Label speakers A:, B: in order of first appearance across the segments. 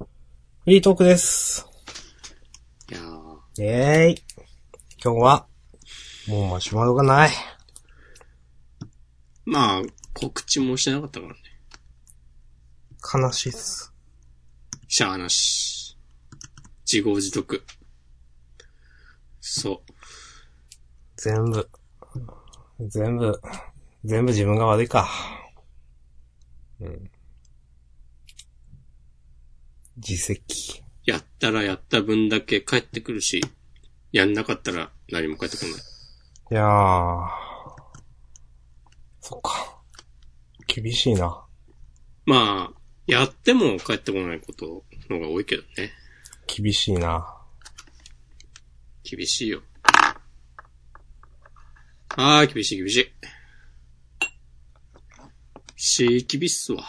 A: フリートークです。
B: いや
A: イ
B: ー
A: ェーイ。今日は、もうマシュマロがない。
B: まあ、告知もしてなかったからね。
A: 悲しいっす。
B: しゃあなし。自業自得。そ
A: 全部。全部。全部自分が悪いか。うん。自責。
B: う。やったらやった分だけ帰ってくるし、やんなかったら何も帰ってこない。
A: いやー。そっか。厳しいな。
B: まあ、やっても帰ってこないことのが多いけどね。
A: 厳しいな。
B: 厳しいよ。あー、厳しい厳しい。し、厳しっすわ。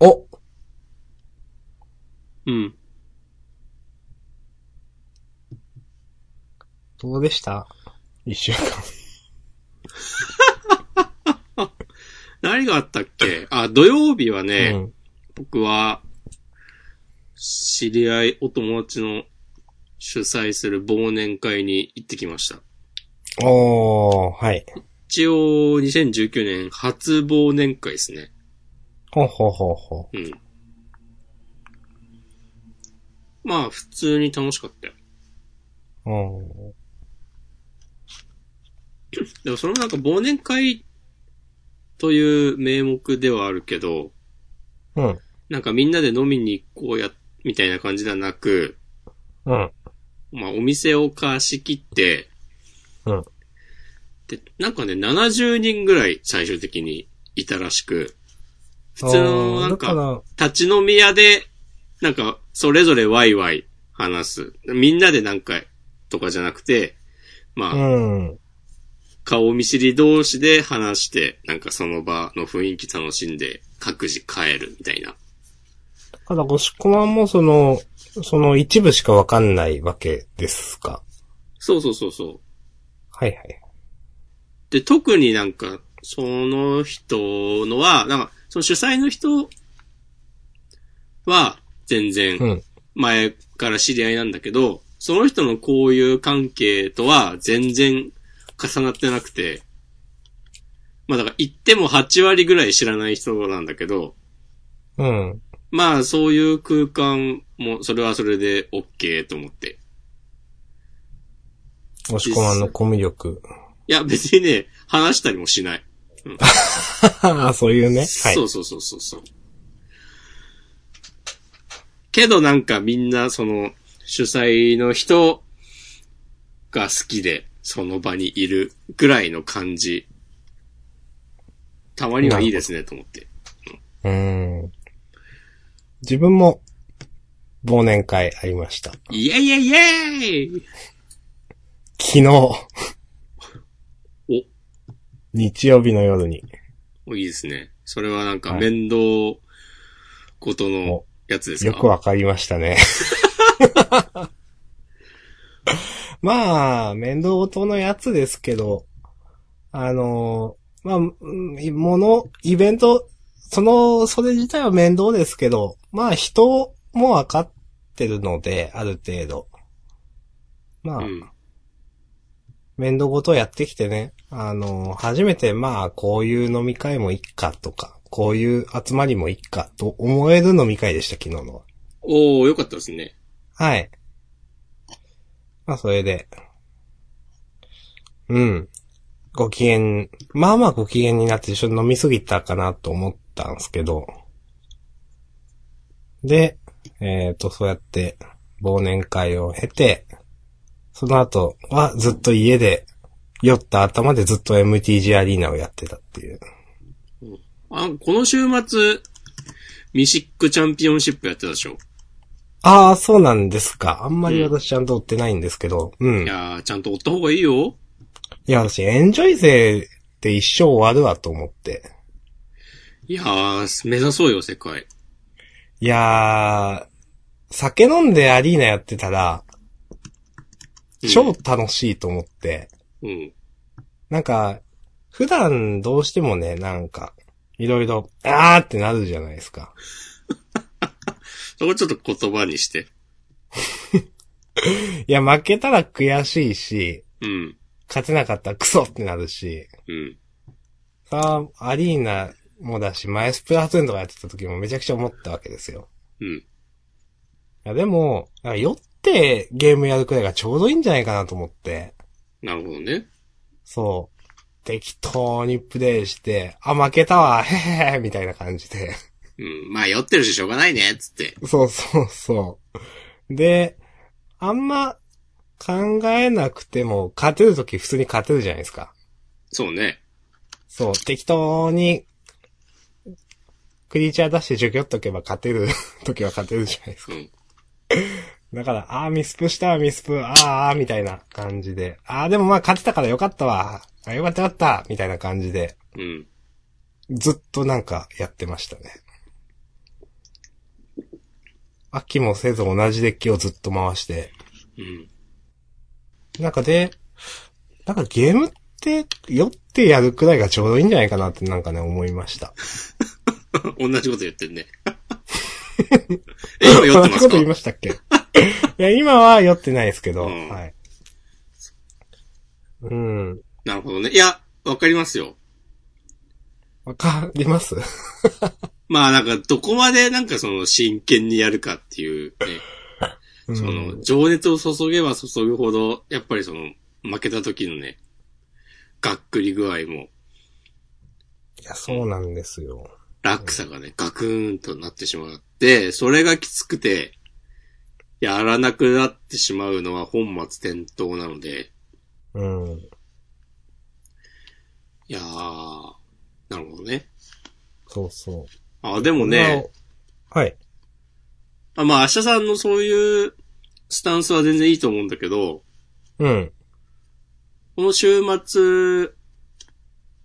A: お
B: うん。
A: どうでした一週間。
B: 何があったっけあ、土曜日はね、
A: うん。
B: 僕は、知り合い、お友達の主催する忘年会に行ってきました。
A: おー、はい。
B: 一応、2019年初忘年会ですね。
A: ほうほうほうほ
B: うん。まあ、普通に楽しかったよ。
A: う。うん。
B: でもそれもなんか忘年会という名目ではあるけど、
A: うん。
B: なんかみんなで飲みに行こうや、みたいな感じではなく、
A: うん。
B: まあ、お店を貸し切って、
A: うん。
B: で、なんかね、70人ぐらい最終的にいたらしく、普通のなん
A: あーだ
B: か、
A: か
B: 立ち飲み屋で、なんか、それぞれワイワイ話す。みんなで何回とかじゃなくて、まあ、
A: ら、うん。
B: 顔見知り同士で話して、なんかその場の雰囲気楽しんで、各自帰るみたいな。
A: だから、ゴシコマンもその、その一部しかわかんないわけですか。
B: そうそうそうそう。
A: はいはい。
B: で、特になんか、その人のは、なんか、その主催の人は、全
A: う
B: 然、
A: ん。
B: 前から知り合いなんだけど、その人の交友関係とは全然重なってなくて、まあだから言っても8割ぐらい知らない人なんだけど、
A: うん。
B: まあそういう空間もそれはそれで OK と思って。
A: ゴシコマンのコミュ力。
B: いや別にね、話したりもしない。
A: ああ、 そういうね。はい。
B: そうそうそうそうそう。けどなんかみんなその主催の人が好きでその場にいるぐらいの感じ。たまにはいいですねと思って。
A: うん。自分も、忘年会ありました。
B: イエイエイイエイ
A: 昨日、
B: お、
A: 日曜日の夜に。
B: おいいですね。それはなんか
A: はい
B: 面倒ことのやつですか、
A: よくわかりました ね。まあ、面倒事のやつですけど、あの、まあ、うんもの、イベント、その、それ自体は面倒ですけど、まあ人もわかってるので、ある程度。まあ、
B: うん。
A: 面倒事をやってきてね、あの、初めてまあ、こういう飲み会もいっかとか、こういう集まりもいっかと思える飲み会でした、昨日のは。
B: おー、よかったですね。
A: はい。まあ、それで。うん。ご機嫌、まあまあご機嫌になって一緒に飲みすぎたかなと思ったんですけど。で、えっ、と、そうやって忘年会を経て、その後はずっと家で、酔った頭でずっと MTG アリーナをやってたっていう。
B: あ、この週末、ミシックチャンピオンシップやってたでしょ、
A: ああ、そうなんですか。あんまり私ちゃんと追ってないんですけど。うん
B: い。やー、ちゃんと追った方がいいよ。
A: いや、私、エンジョイ勢って一生終わるわと思って。
B: いやー、目指そうよ、世界。
A: いやー、酒飲んでアリーナやってたら、
B: うん
A: 超楽しいと思って。
B: うん。
A: なんか、普段どうしてもね、なんか、いろいろ、あーってなるじゃないですか。
B: そこちょっと言葉にして。
A: いや、負けたら悔しいし、
B: うん。
A: 勝てなかったらクソってなるし、
B: うん。
A: さあ、アリーナもだし、前スプラトゥーンとかやってた時もめちゃくちゃ思ったわけですよ。
B: うん。
A: いや、でも、なんか酔ってゲームやるくらいがちょうどいいんじゃないかなと思って、
B: なるほどね。
A: そう。適当にプレイして、あ、負けたわ、へへへ、みたいな感じで。
B: うん。まあ、酔ってるししょうがないね、つって。
A: そうそうそう。で、あんま考えなくても、勝てるとき普通に勝てるじゃないですか。
B: そうね。
A: そう、適当に、クリーチャー出して除去っとけば勝てる ときは勝てるじゃないですか。
B: うん。
A: だから、あーミスプした、ミスプ、あーあー、みたいな感じで。あーでもまあ勝てたからよかったわ。あよかったよかった、みたいな感じで、
B: うん。
A: ずっとなんかやってましたね。飽きもせず同じデッキをずっと回して。
B: うん。
A: なんかで、なんかゲームって酔ってやるくらいがちょうどいいんじゃないかなってなんかね思いました。
B: 同じこと言ってん ね。え、今 酔っ
A: そ
B: てます
A: んなこと
B: か
A: 言いましたっけいや、今は酔ってないですけど、
B: うん
A: はい。うん。
B: なるほどね。いや、わかりますよ。
A: わかります
B: まあなんか、どこまでなんかその真剣にやるかっていうね。
A: うん
B: その、情熱を注げば注ぐほど、やっぱりその、負けた時のね、がっくり具合も、
A: いや、そうなんですよ。
B: 落差がね、ガクーンとなってしまって、それがきつくて、やらなくなってしまうのは本末転倒なので、
A: うん。
B: いやー、なるほどね。
A: そうそう。
B: あ、でもね、
A: まあ。はい。
B: あまあ、明日さんのそういうスタンスは全然いいと思うんだけど、
A: うん。
B: この週末、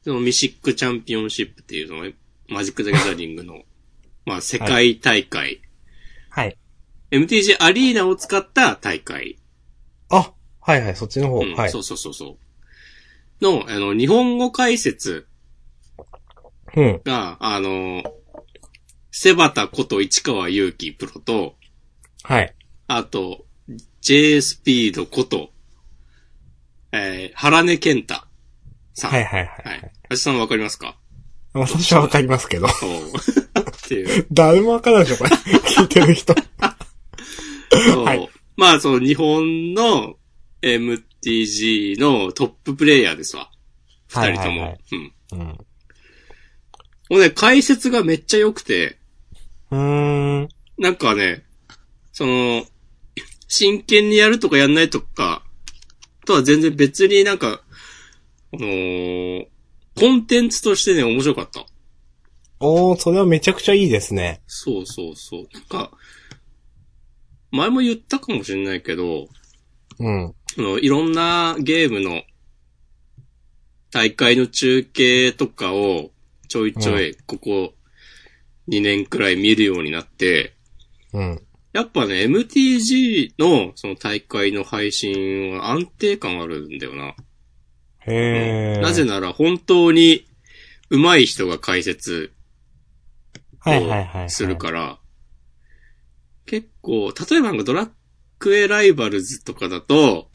B: そのミシックチャンピオンシップっていうのねマジック・ザ・ギャザリングの、まあ、世界大会、
A: はい。
B: MTG アリーナを使った大会。
A: あ、はいはい、そっちの方。
B: うん
A: はい
B: そ。うそうそうそう。の、あの、日本語解説
A: うん。
B: が、あの、セバタこと市川祐希プロと、
A: はい。
B: あと、J スピードこと、えー、原根健太さん。
A: はいはいは。
B: はいい。あじさんわかりますか
A: 私はわかりますけど。
B: おう っていう。
A: 誰もわからないでしょ、これ。 聞いてる人。
B: そう
A: はい
B: まあ、その日本の MTG のトッププレイヤーですわ。二人
A: はい
B: とも。
A: はいはい
B: うん。
A: うん。
B: もうね、解説がめっちゃ良くて、
A: うーん。
B: なんかね、その、真剣にやるとかやんないとか、とは全然別になんか、あのーコンテンツとしてね、面白かった。
A: おー、それはめちゃくちゃいいですね。
B: そうそうそう。なんか、前も言ったかもしれないけど、
A: うん。
B: あのいろんなゲームの大会の中継とかをちょいちょいここ2年くらい見るようになって、
A: うん。
B: やっぱね、MTG のその大会の配信は安定感あるんだよな。
A: へー。
B: なぜなら本当に上手い人が解説
A: はいはいはいはい。
B: するから、結構、例えばなんかドラッグエライバルズとかだと、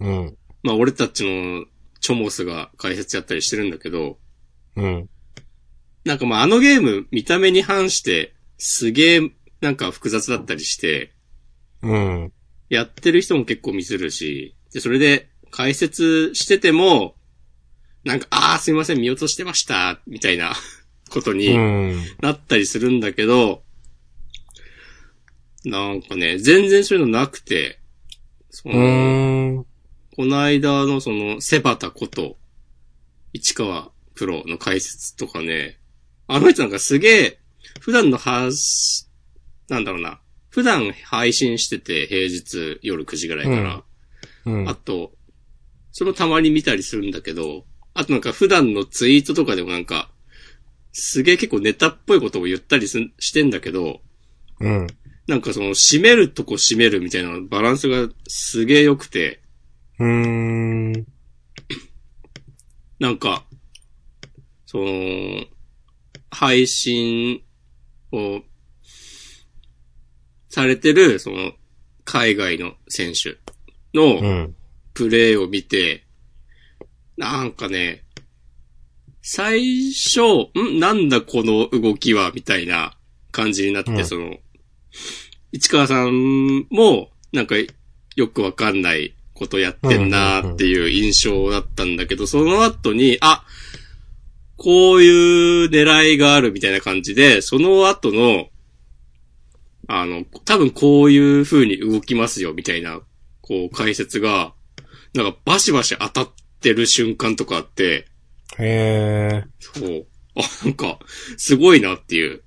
A: うん。
B: まあ俺たちのチョモスが解説やったりしてるんだけど、
A: うん。
B: なんかまああのゲーム見た目に反してすげえなんか複雑だったりして、
A: うん。
B: やってる人も結構ミスるし、で、それで解説してても、なんか、ああ、すいません、見落としてました、みたいな こと
A: う
B: に
A: ん。
B: なったりするんだけど、なんかね、全然そういうのなくて、そうの、
A: ん。
B: この間のその、セバタこと、市川プロの解説とかね、あの人なんかすげえ、普段のはし、なんだろうな、普段配信してて、平日夜9時ぐらいから、
A: うん
B: あと、それをたまに見たりするんだけど、あとなんか普段のツイートとかでもなんか、すげえ結構ネタっぽいことを言ったりすんしてんだけど、
A: うん。
B: なんかその締めるとこ締めるみたいなバランスがすげえ良くて、
A: うん。
B: なんか、その、配信を、されてる、その、海外の選手
A: う
B: の
A: ん。
B: プレーを見て、なんかね、最初、んなんだこの動きはみたいな感じになって、
A: うん
B: その、市川さんも、なんか、よくわかんないことやってんなーっていう印象だったんだけど、その後に、あ、こういう狙いがあるみたいな感じで、その後の、あの、多分こういう風に動きますよみたいな、こう解説が、なんかバシバシ当たってる瞬間とかあって、
A: へえ。
B: そう。あ、なんか、すごいなっていう。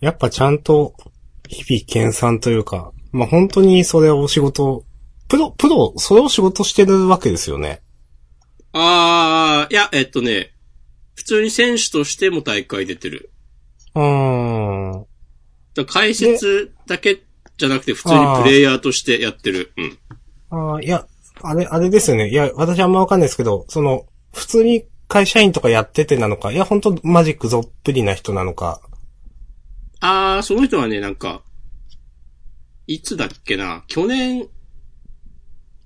A: やっぱちゃんと、日々研鑽というか、まあ、本当にそれを仕事、プロ、プロ、それを仕事してるわけですよね。
B: あー、いや、えっとね、普通に選手としても大会出てる。
A: うーん。
B: だから解説だけじゃなくて、普通にプレイヤーとしてやってる。うん。
A: ああ、いや、あれ、あれですよね。いや、私あんまわかんないですけど、その、普通に会社員とかやっててなのか、いや、本当マジックぞっぷりな人なのか。
B: あー、その人はね、なんか、いつだっけな、去年、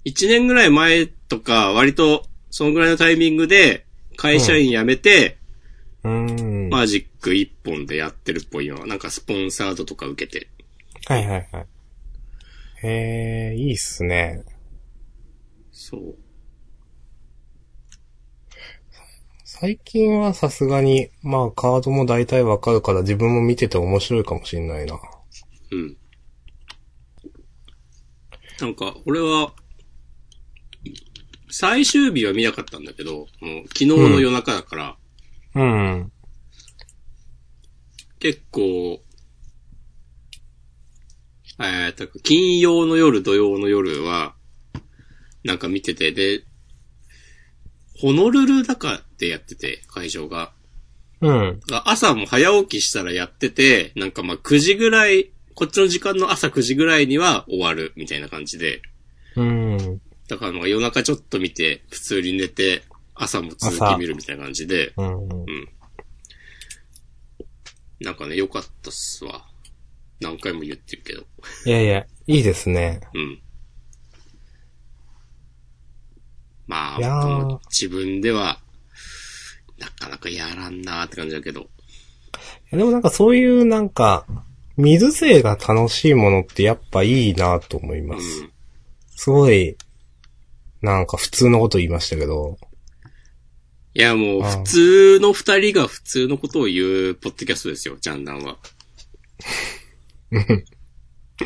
B: 1年ぐらい前とか、割と、そのぐらいのタイミングで、会社員辞めて、
A: うーん。
B: マジック一本でやってるっぽいのは、なんかスポンサードとか受けて。
A: はいはいはい。へえ、いいっすね。
B: そう。
A: 最近はさすがに、まあカードも大体わかるから自分も見てて面白いかもしんないな。
B: うん。なんか、俺は、最終日は見なかったんだけど、もう昨日の夜中だから、
A: うん。
B: 結構、えーと、金曜の夜、土曜の夜は、なんか見てて、で、ホノルルだかでやってて、会場が。
A: うん。
B: 朝も早起きしたらやってて、なんかまあ9時ぐらい、こっちの時間の朝9時ぐらいには終わるみたいな感じで。
A: うん。
B: だからまあ夜中ちょっと見て、普通に寝て、朝も続き見るみたいな感じで、
A: うん。
B: なんかね、良かったっすわ。何回も言ってるけど。
A: いやいや、いいですね。
B: うん。ま
A: いや
B: あ、
A: ー
B: 僕も自分では、なかなかやらんなーって感じだけど。
A: いやでもなんかそういうなんか、水勢が楽しいものってやっぱいいなと思いうます。
B: ん。
A: すごい、なんか普通のこと言いましたけど。
B: いや、もう、
A: あー
B: 普通の二人が普通のことを言う、ポッドキャストですよ、ジャンダンは。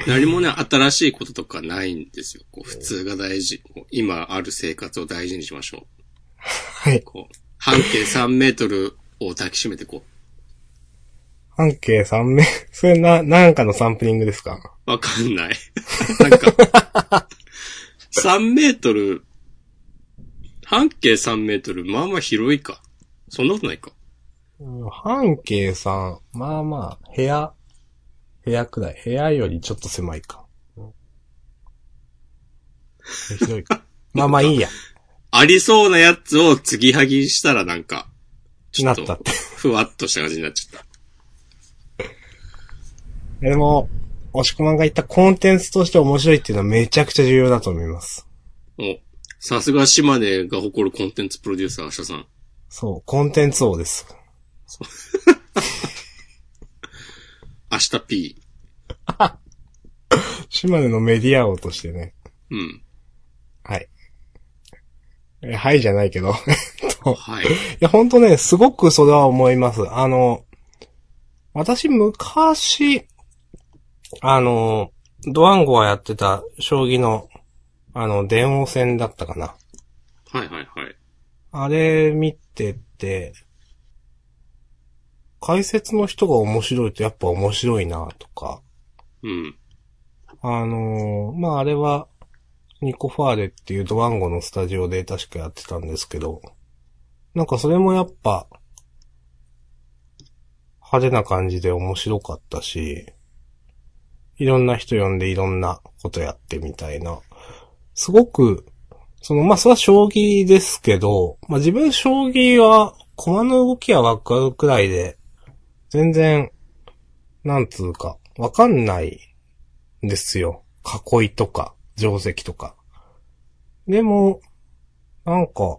B: 何もね、新しいこととかないんですよ。こう普通が大事。こう今ある生活を大事にしましょ
A: は
B: う。
A: い。
B: こう、半径3メートルを抱きしめてこう。
A: 半径3メ それな、なんかのサンプリングですか
B: わかんない。なんか、3メートル、半径3メートル、まあまあ広いか。そんなことないか。
A: うん半径3、まあまあ、部屋、部屋くらい。部屋よりちょっと狭い か。うん広いか。まあまあいいや。
B: ありそうなやつを継ぎはぎしたらなんか、ちょ
A: な
B: っ
A: ったっ
B: と
A: て。
B: ふわっとした感じになっちゃった。
A: でも、押し込まんが言ったコンテンツとして面白いっていうのはめちゃくちゃ重要だと思います。
B: お、さすが島根が誇るコンテンツプロデューサー、明日さん。
A: そう、コンテンツ王です。
B: 明日 P。
A: 島根のメディア王としてね。
B: うん。
A: はい。えはいじゃないけど。 えっと
B: はい。
A: いや、ほんとね、すごくそれは思います。あの、私昔、あの、ドワンゴがやってた将棋の、あの、電王戦だったかな。
B: はいはいはい。
A: あれ見てて、解説の人が面白いとやっぱ面白いなとか、
B: うん。
A: あのーまあ、あれは、ニコファーレっていうドワンゴのスタジオで確かやってたんですけど、なんかそれもやっぱ、派手な感じで面白かったし、いろんな人呼んでいろんなことやってみたいな。すごく、その、まあ、それは将棋ですけど、まあ、自分将棋は、駒の動きはわかるくらいで、全然、なんつうか、わかんないんですよ。囲いとか、定石とか。でも、なんか、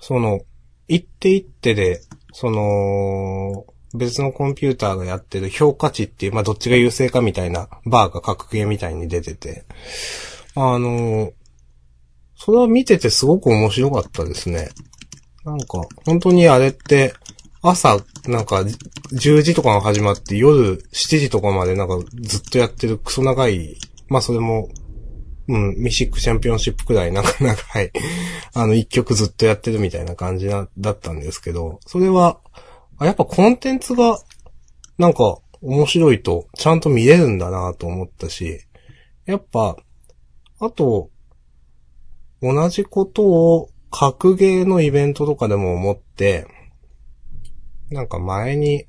A: その、一手一手で、その、別のコンピューターがやってる評価値っていう、まあ、どっちが優勢かみたいな、バーが格ゲーみたいに出てて、あの、それは見ててすごく面白かったですね。なんか、本当にあれって、朝、なんか、10時とかが始まって、夜7時とかまでなんかずっとやってるクソ長い、まあそれも、うん、ミシックチャンピオンシップくらいなんか 長い、あの一曲ずっとやってるみたいな感じな、だったんですけど、それは、あやっぱコンテンツが、なんか面白いと、ちゃんと見れるんだなと思ったし、やっぱ、あと、同じことを格ゲーのイベントとかでも思って、なんか前に、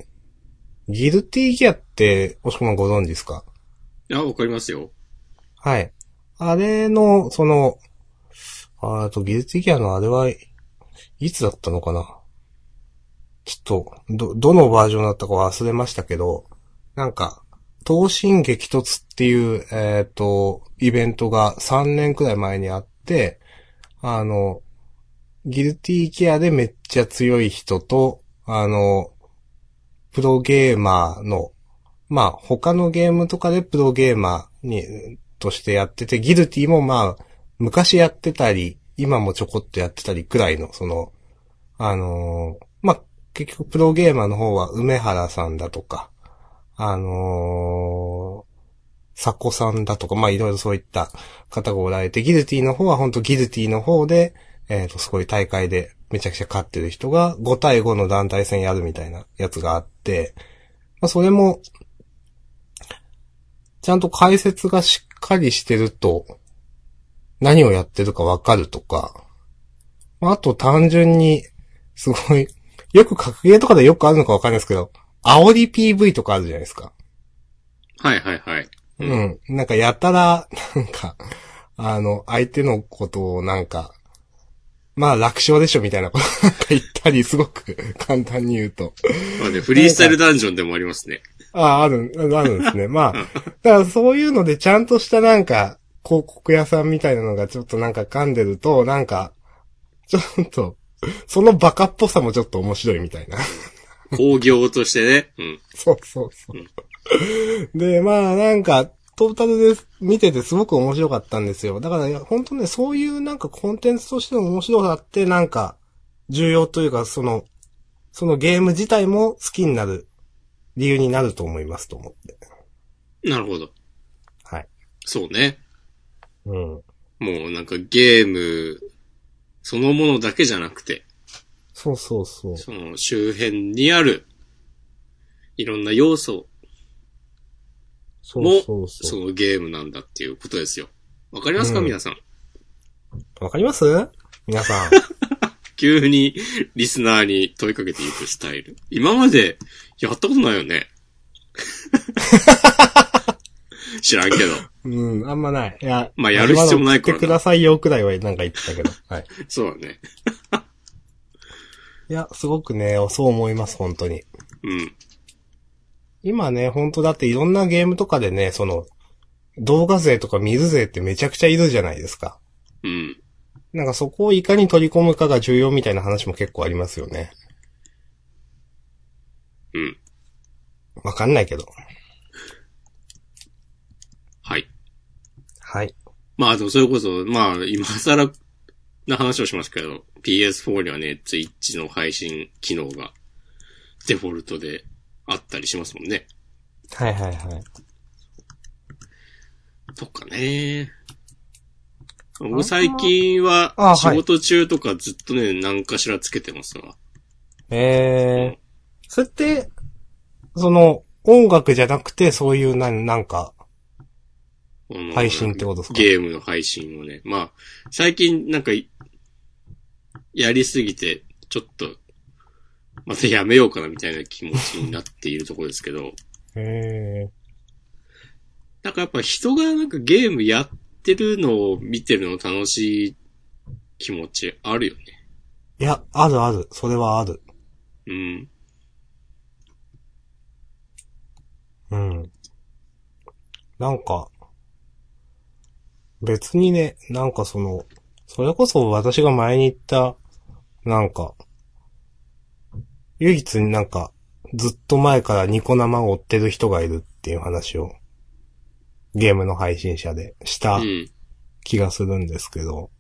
A: ギルティギアって、おしくまご存知ですか
B: あ、わかりますよ。
A: はい。あれの、その、ああと、ギルティギアのあれは、いつだったのかなちょっと、ど、どのバージョンだったか忘れましたけど、なんか、東進激突っていう、えっ、と、イベントが3年くらい前にあって、あの、ギルティギアでめっちゃ強い人と、あの、プロゲーマーの、まあ、他のゲームとかでプロゲーマーに、としてやってて、ギルティもまあ、昔やってたり、今もちょこっとやってたりくらいの、その、あのーまあ、結局プロゲーマーの方は梅原さんだとか、あのー、サコさんだとか、まあいろいろそういった方がおられて、ギルティの方は本当ギルティの方で、えっ、と、すごい大会でめちゃくちゃ勝ってる人が5対5の団体戦やるみたいなやつがあって、まあそれも、ちゃんと解説がしっかりしてると、何をやってるかわかるとか、まああと単純に、すごい、よく格ゲーとかでよくあるのかわかんないですけど、煽り PV とかあるじゃないですか。
B: はいはいはい。
A: うん。なんかやたら、なんか、あの、相手のことをなんか、まあ楽勝でしょみたいなことなんか言ったり、すごく簡単に言うと。
B: まあね、フリースタイルダンジョンでもありますね。
A: ああ、ある、あるんですね。まあ、だからそういうのでちゃんとしたなんか、広告屋さんみたいなのがちょっとなんか噛んでると、なんか、ちょっと、そのバカっぽさもちょっと面白いみたいな。
B: 工業としてね。うん。
A: そうそうそう。で、まあなんか、トータルで見ててすごく面白かったんですよ。だからいや、本当ね、そういうなんかコンテンツとしての面白さってなんか、重要というか、その、そのゲーム自体も好きになる理由になると思いますと思って。
B: なるほど。
A: はい。
B: そうね。
A: うん。
B: もうなんかゲームそのものだけじゃなくて、
A: そうそうそう。
B: その周辺にあるいろんな要素
A: そう
B: も
A: そう
B: そ
A: そ
B: のゲームなんだっていうことですよ。わかりますか、
A: うん
B: 皆さん。
A: う。わかります皆さん。
B: 急に リスナーに問いかけていくスタイル。今までやったことない よね。知らんけど。
A: うん、あんまない。いや、
B: まあやる必要もない
A: 始
B: からな
A: まるの送ってくださいよくらいはなんか言ってたけど。はい。
B: そうだね。
A: いや、すごくね、そう思います、本当に。
B: うん。
A: 今ね、ほんとだっていろんなゲームとかでね、その、動画勢とか見る勢ってめちゃくちゃいるじゃないですか。
B: うん。
A: なんかそこをいかに取り込むかが重要みたいな話も結構ありますよね。
B: うん。
A: わかんないけど。
B: はい。
A: はい。
B: まあ、でもそれこそ、まあ、今更な話をしますけど、PS4 にはね、Twitch の配信機能がデフォルトであったりしますもんね。
A: はいはいはい。
B: とかね。僕最近は
A: あはい
B: 仕事中とかずっとね、何かしらつけてますわ。
A: えー。それって、その、音楽じゃなくて、そういうな、なんか、
B: この
A: 配信ってことですか
B: ゲームの配信をね。まあ、最近なんかい、やりすぎて、ちょっと、またやめようかなみたいな気持ちになっているところですけど、
A: えー。
B: なんかやっぱ人がなんかゲームやってるのを見てるの楽しい気持ちあるよね。
A: いや、あるある。それはある。
B: うん。
A: うん。なんか、別にね、なんかその、それこそ私が前に言った、なんか、唯一になんか、ずっと前からニコ生を追ってる人がいるっていう話を、ゲームの配信者でした。
B: うん。
A: 気がするんですけど、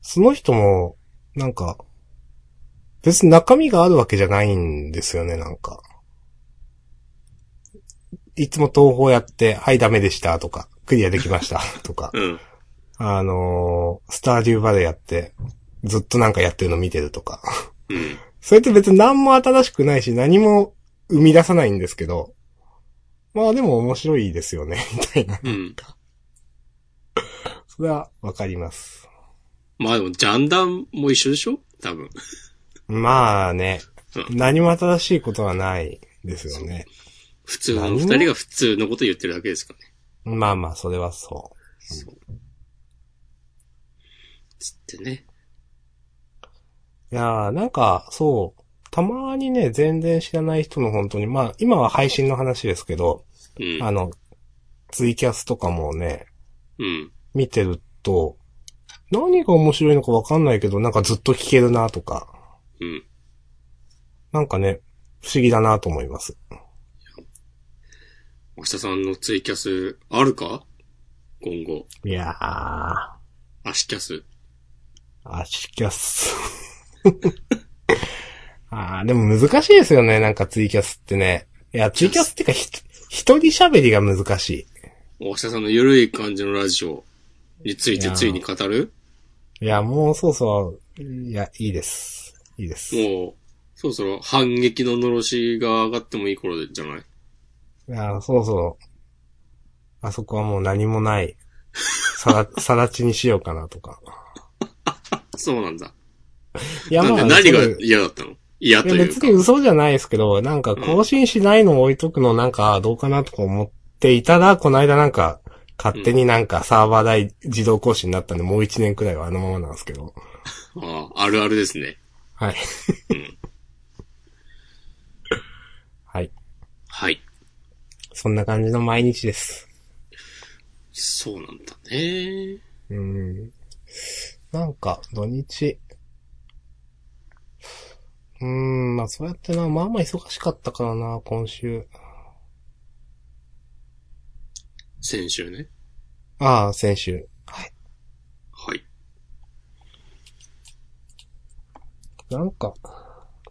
A: その人も、なんか、別に中身があるわけじゃないんですよね、なんか。いつも東宝やって、はい、ダメでした、とか、クリアできました、 とか、
B: うん。
A: あのースターデューバレーやって、ずっとなんかやってるの見てるとか。
B: うん。
A: それって別に何も新しくないし、何も生み出さないんですけど、まあでも面白いですよね、 みたいな。
B: うん。
A: それはわかります。
B: まあでも、ジャンダンも一緒でしょ多分。
A: まあね、
B: う
A: 何も新しいことはないですよね。
B: 普通の
A: 何
B: 二
A: も
B: 人が普通のこと言ってるだけですからね。
A: まあまあ、それはそ
B: そう。つってね。
A: う。いやーなんか、そう、たまにね、全然知らない人の本当に、まあ、今は配信の話ですけど、
B: うん。
A: あの、ツイキャスとかもね、
B: うん。
A: 見てると、何が面白いのかわかんないけど、なんかずっと聞けるなとか、
B: うん。
A: なんかね、不思議だなと思います。
B: 明日さんのツイキャスあるか今後。
A: いやー、
B: アシキャス。
A: アシキャス。 ああ、でも難しいですよね、なんかツイキャスってね。いや、ツイキャスってか、ひ、一人喋りが難し
B: 明日さんのゆるい感じのラジオについ
A: い
B: て
A: やー
B: ついに語る
A: い。いや、もうそうそう、いや、いいです。いいです。い
B: もう、そろそろ反撃ののろしが上がってもいい頃じゃない
A: や、そうそう。あそこはもう何もない。さら、 さらちにしようかなとか。
B: そうなんだ。
A: いや、
B: なんで
A: まあ、
B: 何が
A: そういう
B: 嫌だったの嫌
A: い
B: と
A: や
B: いう
A: 別
B: か
A: に。嘘じゃないですけど、なんか更新しないのを置いとくのなんかどうかなとか思っていたら、この間なんか勝手になんかサーバー代自動更新になったんで、もう一年くらいはあのままなんですけど。
B: ああ、あるあるですね。
A: はい。
B: うん。
A: はい。
B: はい。
A: そんな感じの毎日です。
B: そうなんだね。
A: うん。なんか土日。うん、まあそうやってな、まあまあ忙しかったからな、今週。
B: 先週ね。
A: ああ、先週。はい。
B: はい。
A: なんか、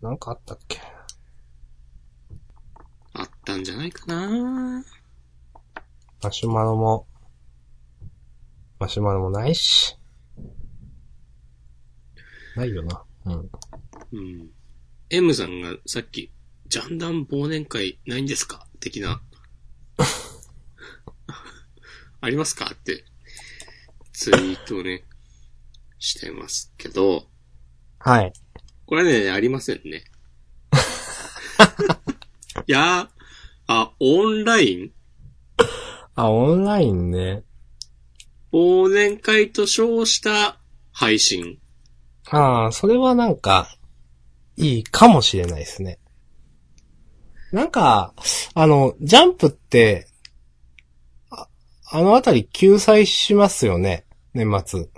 A: なんかあったっけ
B: あったんじゃないかな
A: マシュマロも、マシュマロもないし。ないよな。うん。
B: うん。M さんがさっき、ジャンダン忘年会ないんですか的な。 ありますかって、ツイートをね、してますけど、
A: はい。
B: これね、ありませんね。 いやー、あ、オンライン
A: あ、オンラインね。
B: 忘年会と称した配信。
A: ああ、それはなんか、いいかもしれないですね。なんか、あの、ジャンプって、ああのあたり救済しますよね。年末。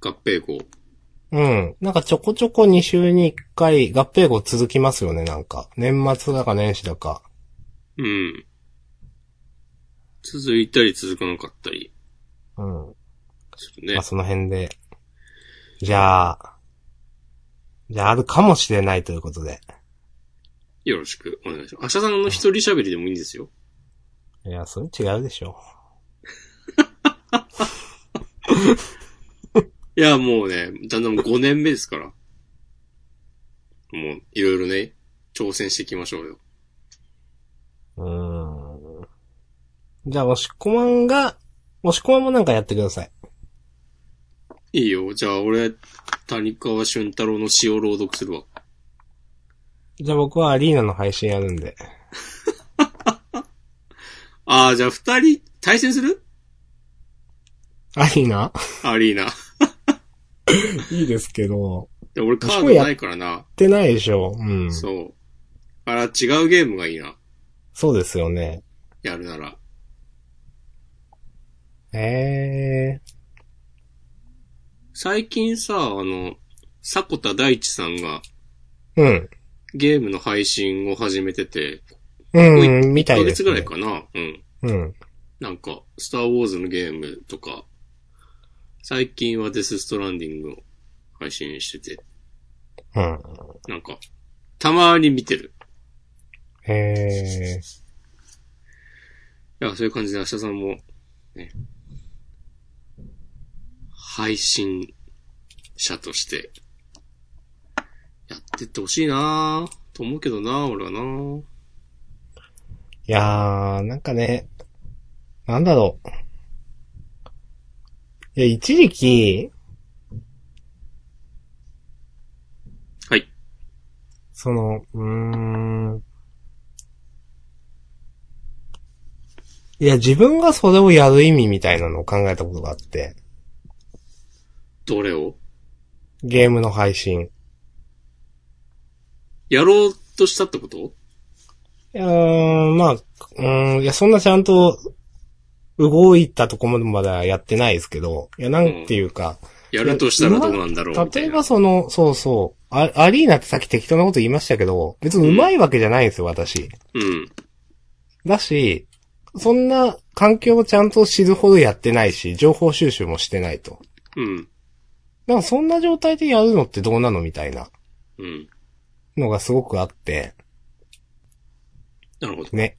B: 合併号。
A: うん。なんかちょこちょこ2週に1回合併後続きますよね、なんか。年末だか年始だか。
B: うん。続いたり続かなかったり
A: うん。
B: するね。
A: まあ、その辺で。じゃあ、じゃああるかもしれないということで。
B: よろしくお願いします。明日さんの一人喋りでもいいんですよ。
A: いや、それ違うでしょ。
B: いや、もうね、だんだん5年目ですから。もう、いろいろね、挑戦していきましょうよ。
A: うーん。じゃあ、押し込まんが、押し込まんもなんかやってください。
B: いいよ。じゃあ、俺、谷川俊太郎の詩を朗読するわ。
A: じゃあ僕はアリーナの配信やるんで。
B: あー、じゃあ、二人、対戦する
A: アリーナ
B: アリーナ。
A: いいですけど、
B: で俺、カードないからな。
A: やってないでしょ。うん。そう
B: そう。あら、違うゲームがいいな。
A: ですよね。
B: やるなら。
A: ええ
B: 最近さ、あの、迫田大地さんが
A: うん。
B: ゲームの配信を始めてて、
A: うん、みた
B: 1
A: い
B: ヶ
A: で
B: 月
A: す、
B: ぐ
A: ね。
B: らいかな、うん。
A: うん。
B: なんか、スターウォーズのゲームとか、最近はデスストランディングを配信してて、
A: うん。
B: なんか、たまに見てる。
A: ええ
B: いや、そういう感じで明日さんも、ね、配信者として、やってってほしいなぁと思うけどなぁ俺はなぁ
A: いやー、なんかね、なんだろう。いや、一時期、
B: はい。
A: その、うーん。いや、自分がそれをやる意味みたいなのを考えたことがあって、
B: どれを
A: ゲームの配信。
B: やろうとしたってこと
A: いやー、まあ、うーん、いや、そんなちゃんと、動いたとこまではやってないですけど、いや、なんていうか、
B: やるとしたらどうなんだろうみた
A: 例え
B: い
A: ば
B: な。
A: その、そうそう、あアリーナってさっき適当なこと言いましたけど、別に上手いわけじゃないんですよ、私。
B: うん。
A: だし、そんな環境をちゃんと知るほどやってないし、情報収集もしてないと。
B: うん。
A: だからそんな状態でやるのってどうなのみたいな
B: うん。
A: のがすごくあって、
B: なるほど。
A: ね。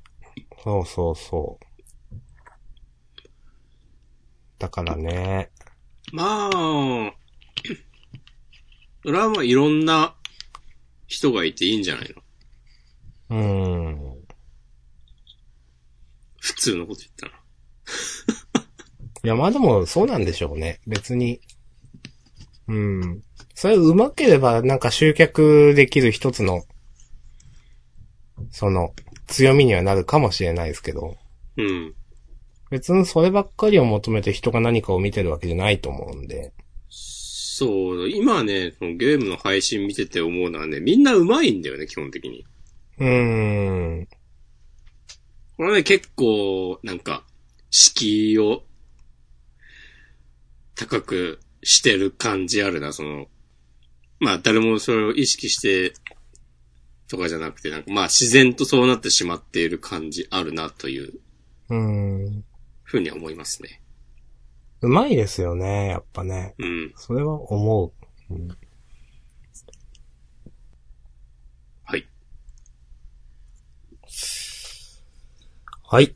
A: そうそうそう。だからね。
B: まあ、それはまあいろんな人がいていいんじゃないの
A: うーん。
B: 普通のこと言ったら。
A: いや、まあでも、そうなんでしょうね。別に。うん。それうまければ、なんか集客できる一つの、その、強みにはなるかもしれないですけど、
B: うん。
A: 別にそればっかりを求めて人が何かを見てるわけじゃないと思うんで。
B: そう、今ね、そのゲームの配信見てて思うのはね、みんな上手いんだよね、基本的に。
A: うーん。
B: これはね、結構、なんか、敷居を高くしてる感じあるな、その、まあ、誰もそれを意識してとかじゃなくて、なんか、まあ、自然とそうなってしまっている感じあるな、という
A: うーん。
B: ふうには思いますね。
A: うまいですよね、やっぱね。
B: うん。
A: それは思う。うん
B: はい。
A: はい。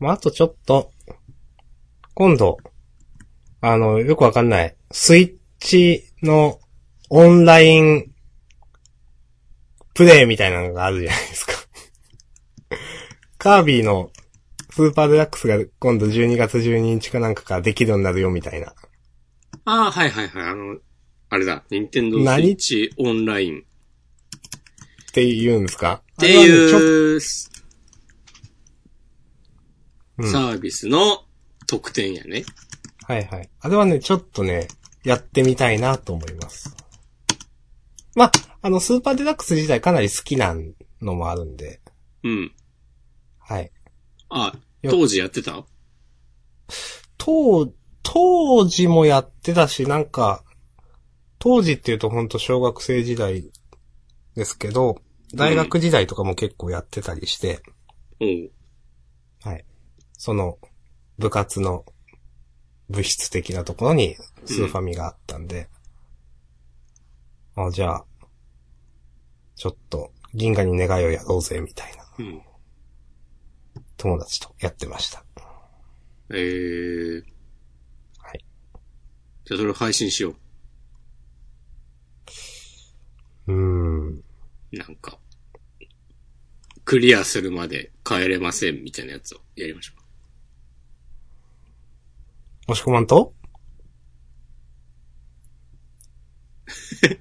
A: まあ、あとちょっと、今度、あの、よくわかんない、スイッチのオンラインプレイみたいなのがあるじゃないですか。 カービィのスーパーデラックスが今度12月12日かなんかからできるようになるよみたいな。
B: ああ、はいはいはい、あの、あれだ、任天堂 t e
A: 何
B: n d Switch オンライン。
A: って言うんですか
B: って
A: あれはねちょっ
B: いうサ
A: うん
B: ービスの特典やね。
A: はいはい。あれはね、ちょっとね、やってみたいなと思います。まあ、あの、スーパーデラックス自体かなり好きなのもあるんで、
B: うん。
A: はい。
B: あ、
A: よ
B: 当時やってた
A: 当、当時もやってたし、なんか、当時っていうとほんと小学生時代ですけど、大学時代とかも結構やってたりして、
B: おう。
A: はい。その、部活の部室的なところにスーファミがあったんで。あ、じゃあ、ちょっと、銀河に願いをやろうぜ、みたいな。
B: うん。
A: 友達とやってました。
B: えー。
A: はい。
B: じゃあそれを配信しよ
A: うーん。
B: う。なんか。クリアするまで帰れませんみたいなやつをやりましょ
A: もしこまんと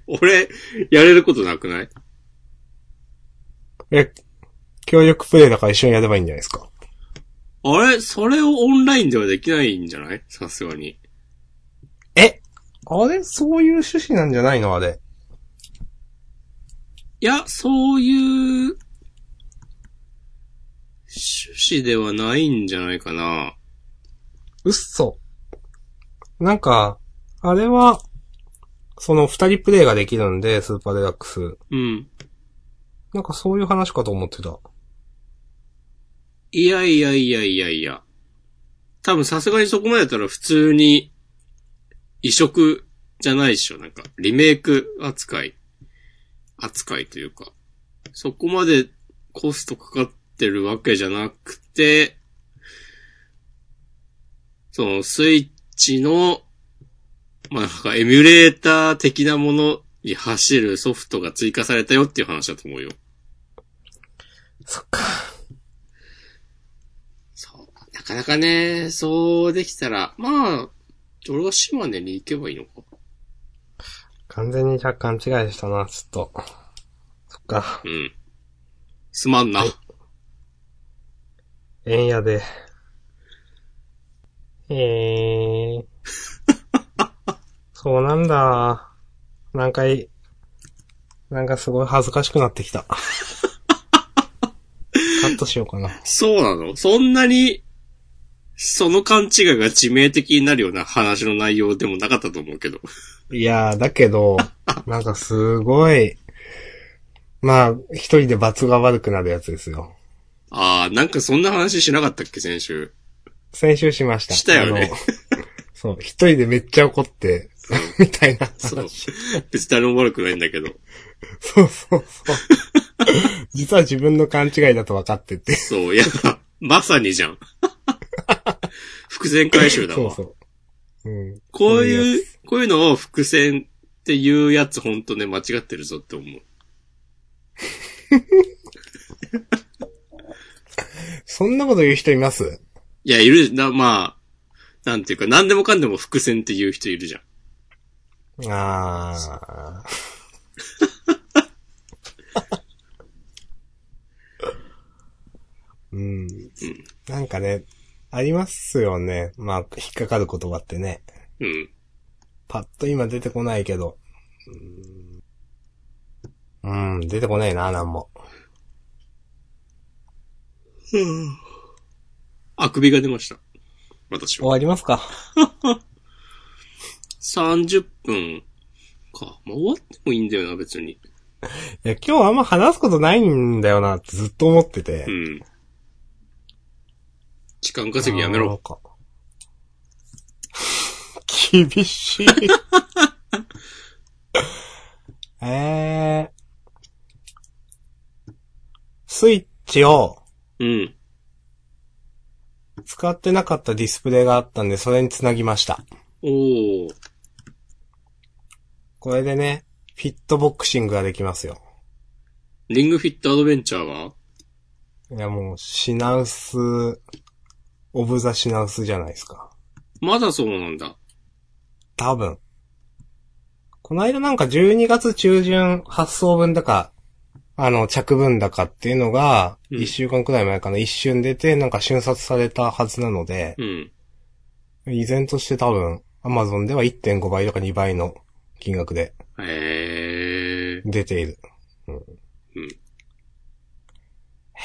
B: う。俺、やれることなくない
A: え、協力プレイだから一緒にやればいいんじゃないですか。
B: あれそれをオンラインではできないんじゃないさすがに。
A: えあれそういう趣旨なんじゃないのあれ。
B: いや、そういう、趣市ではないんじゃないかな。
A: 嘘。なんか、あれは、その二人プレイができるんで、スーパーデラックス。
B: うん。
A: なんかそういう話かと思ってた。
B: いやいやいやいやいや。多分さすがにそこまでだったら普通に移植じゃないでしょ。なんかリメイク扱い。扱いというか。そこまでコストかかってるわけじゃなくて、そのスイッチの、まあ、なんかエミュレーター的なものに走るソフトが追加されたよっていう話だと思うよ。
A: そっか。
B: そう。なかなかね、そうできたら、まあ、俺は島根に行けばいいのか。
A: 完全に若干違いしたな、ちょっと。そっか。
B: うん。すまんな。
A: えんやで。え ー。そうなんだ。なんかい、なんかすごい恥ずかしくなってきた。カットしようかな。
B: そうなのそんなに、その勘違いが致命的になるような話の内容でもなかったと思うけど。
A: いやー、だけど、なんかすごい、まあ、一人で罰が悪くなるやつですよ。
B: ああ、なんかそんな話しなかったっけ、先週。
A: 先週しました。
B: したよね
A: あの。そう、一人でめっちゃ怒って、みたいな。
B: そう。別に誰も悪くないんだけど。
A: そうそうそう。実は自分の勘違いだと分かってて。
B: そう、いや、 まさにじゃん。 伏線回収だ
A: そ
B: わ
A: う。そう。うん。
B: こう
A: いい
B: い
A: や
B: う、こういうのを伏線っていうやつほんとね、間違ってるぞって思う。
A: そんなこと言う人います
B: いや、いる、な、まあ、なんていうか、何でもかんでも伏線っていう人いるじゃん。
A: あー。うん。なんかね、ありますよね。まあ、引っかかる言葉ってね。
B: うん。
A: パッと今出てこないけど。うん、うん出てこないな、なんも。
B: あくびが出ました。私
A: 終
B: は。
A: わりますか
B: 30分か。まあ、終わってもいいんだよな、別に。
A: いや、今日あんま話すことないんだよなってずっと思ってて
B: う。ん。時間稼ぎやめ
A: なん
B: ろ。
A: か。厳 しい。えー。スイッチを
B: うん。
A: 使ってなかったディスプレイがあったんで、それにつなぎました。
B: おー。
A: これでね、フィットボクシングができますよ。
B: リングフィットアドベンチャーはい
A: やもう、品薄、オブザ品薄じゃないですか。
B: まだそうなんだ。
A: 多分。この間なんか12月中旬発送分だか、あの、着分だかっていうのが、
B: うん
A: 1週間くらい前かな、一瞬出て、なんか瞬殺されたはずなので、
B: うん。
A: 依然として多分、Amazon では1.5倍とか2倍の金額で
B: へえ。
A: 出ている。うん。
B: うん
A: は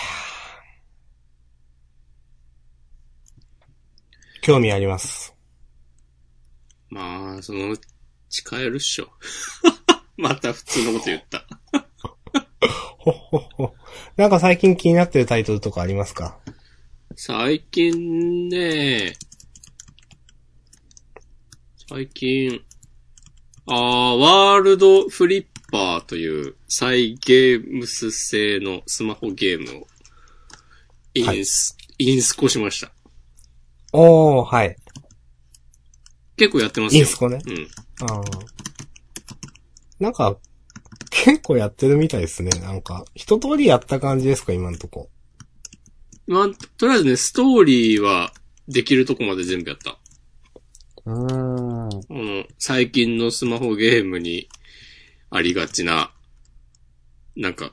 A: ぁ興味あります。
B: まあ、そのうち買えるっしょ。 また普通のこと言った。
A: ほっほっほ。なんか最近気になってるタイトルとかありますか
B: 最近ね、最近、あーワールドフリッパーという再ゲームス製のスマホゲームをインス、インスコしました。
A: おー、はい。
B: 結構やってます
A: イ
B: よ。
A: ンスコね。
B: うん。
A: ああ。なんか、結構やってるみたいですね。なんか、一通りやった感じですか、今んとこ。
B: まあ、とりあえずね、ストーリーはできるとこまで全部やった。
A: うーん。
B: この、最近のスマホゲームにありがちな、なんか、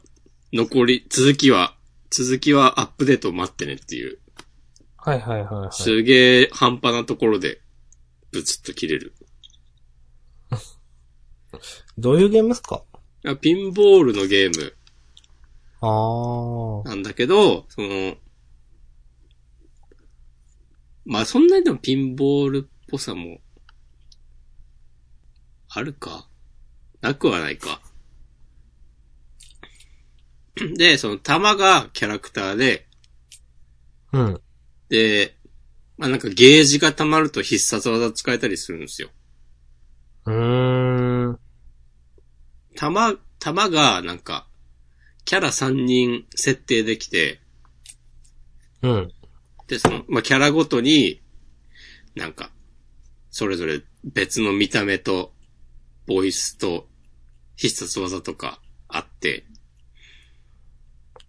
B: 残り、続きは、続きはアップデートを待ってねっていう、
A: はいはいはい、は
B: すげえ半端なところで、ブツッと切れる。
A: い。どういうゲームですか
B: あピンボールのゲーム
A: ああ。は
B: なんだけど、その、まあそんなにでもピンボールっぽさも、あるか。なくはないか。で、その玉がキャラクターで、
A: うん。
B: で、まあなんかゲージが溜まると必殺技使えたりするんですよ。
A: うーん。
B: 玉、玉がなんか、キャラ3人設定できて、
A: うん。
B: で、その、まあ、キャラごとに、なんか、それぞれ別の見た目と、ボイスと、必殺技とかあって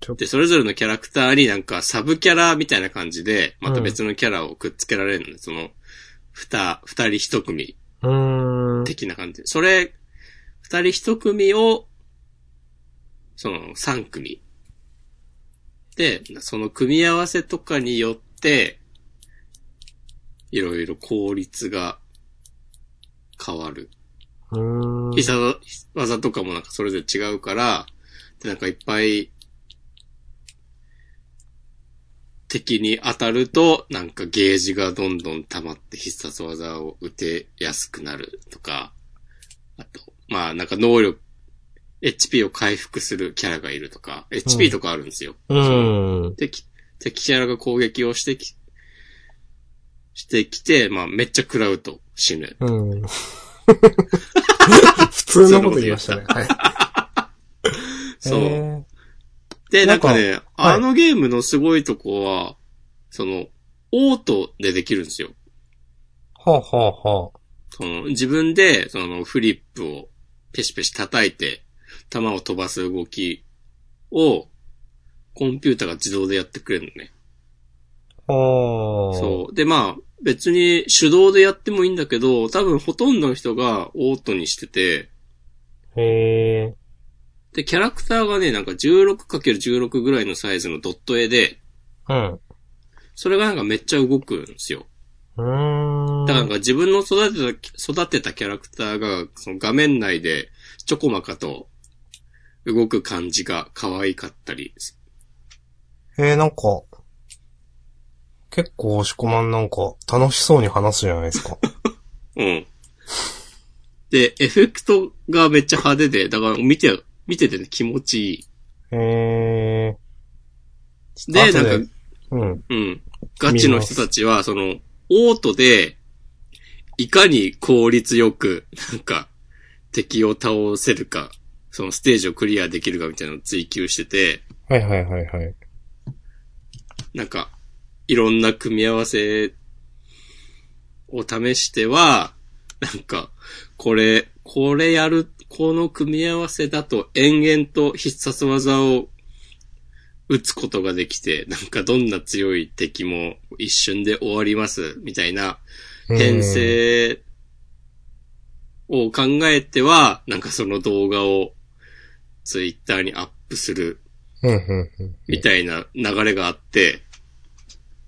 A: ちょ、
B: で、それぞれのキャラクターになんかサブキャラみたいな感じで、また別のキャラをくっつけられるので、その、二、二人一組
A: うーん。
B: 的な感じ。それ、二人一組を、その三組。で、その組み合わせとかによって、いろいろ効率が変わる。
A: うーん。
B: 必殺技とかもなんかそれぞれ違うから、で、なんかいっぱい、敵に当たると、なんかゲージがどんどん溜まって必殺技を打てやすくなるとか、あと、まあなんか能力、HP を回復するキャラがいるとか、HP とかあるんですよ。
A: うん。
B: 敵、敵キャラが攻撃をしてき、してきて、まあめっちゃ食らうと死ぬ。
A: うん。普通のこと言いましたね。はい。
B: そう。
A: えー
B: で、
A: な
B: なんん
A: か
B: かね、
A: はい
B: あのゲームのすごいとこは、その、オートでできるんですよ。
A: ほうほうほ
B: その、自分で、その、フリップをペシペシ叩いて、弾を飛ばす動きを、コンピューターが自動でやってくれるのね。
A: う。ほう。
B: そう。で、まあ、別に手動でやってもいいんだけど、多分ほとんどの人がオートにしてて、
A: う。へえ。
B: で、キャラクターがね、なんか 16×16 ぐらいのサイズのドット絵で、
A: うん。
B: それがなんかめっちゃ動くんですよ。
A: うーん。
B: だからなんか自分の育てた、育てたキャラクターが、その画面内で、ちょこまかと、動く感じが可愛かったり。
A: えー、なんか、結構押し込まんなんか楽しそうに話すじゃないですか。
B: うん。で、エフェクトがめっちゃ派手で、だから見て、見ててね、気持ちい
A: え
B: い。
A: ー。
B: で、
A: 後
B: なんか、
A: うん。
B: うん。ガチの人たちは、その、オートで、いかに効率よく、なんか、敵を倒せるか、そのステージをクリアできるかみたいなのを追求してて、
A: はいはいはいはい。
B: なんか、いろんな組み合わせを試しては、なんか、これ、これやる、この組み合わせだと延々と必殺技を打つことができて、なんかどんな強い敵も一瞬で終わります、みたいな編成を考えては、なんかその動画をツイッターにアップする
A: うん。うん、うん、うん。
B: みたいな流れがあって、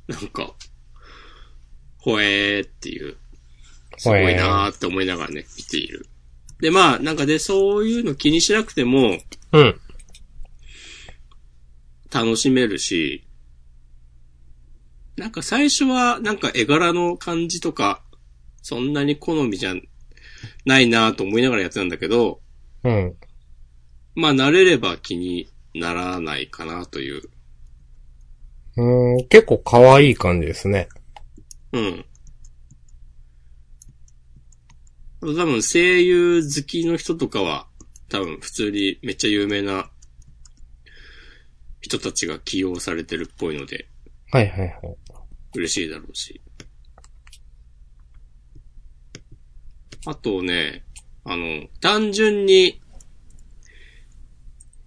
B: なんか、ほえーっていう、すごいなーって思いながらね、見ている。で、まあ、なんかで、そういうの気にしなくても
A: うん。
B: 楽しめるし、なんか最初は、なんか絵柄の感じとか、そんなに好みじゃないなーと思いながらやってたんだけど、
A: うん。
B: まあ、慣れれば気にならないかなという。
A: うーん、結構可愛い感じですね。
B: うん。多分声優好きの人とかは、多分普通にめっちゃ有名な人たちが起用されてるっぽいので、
A: はいはいはい。
B: 嬉しいだろうし。あとね、あの、単純に、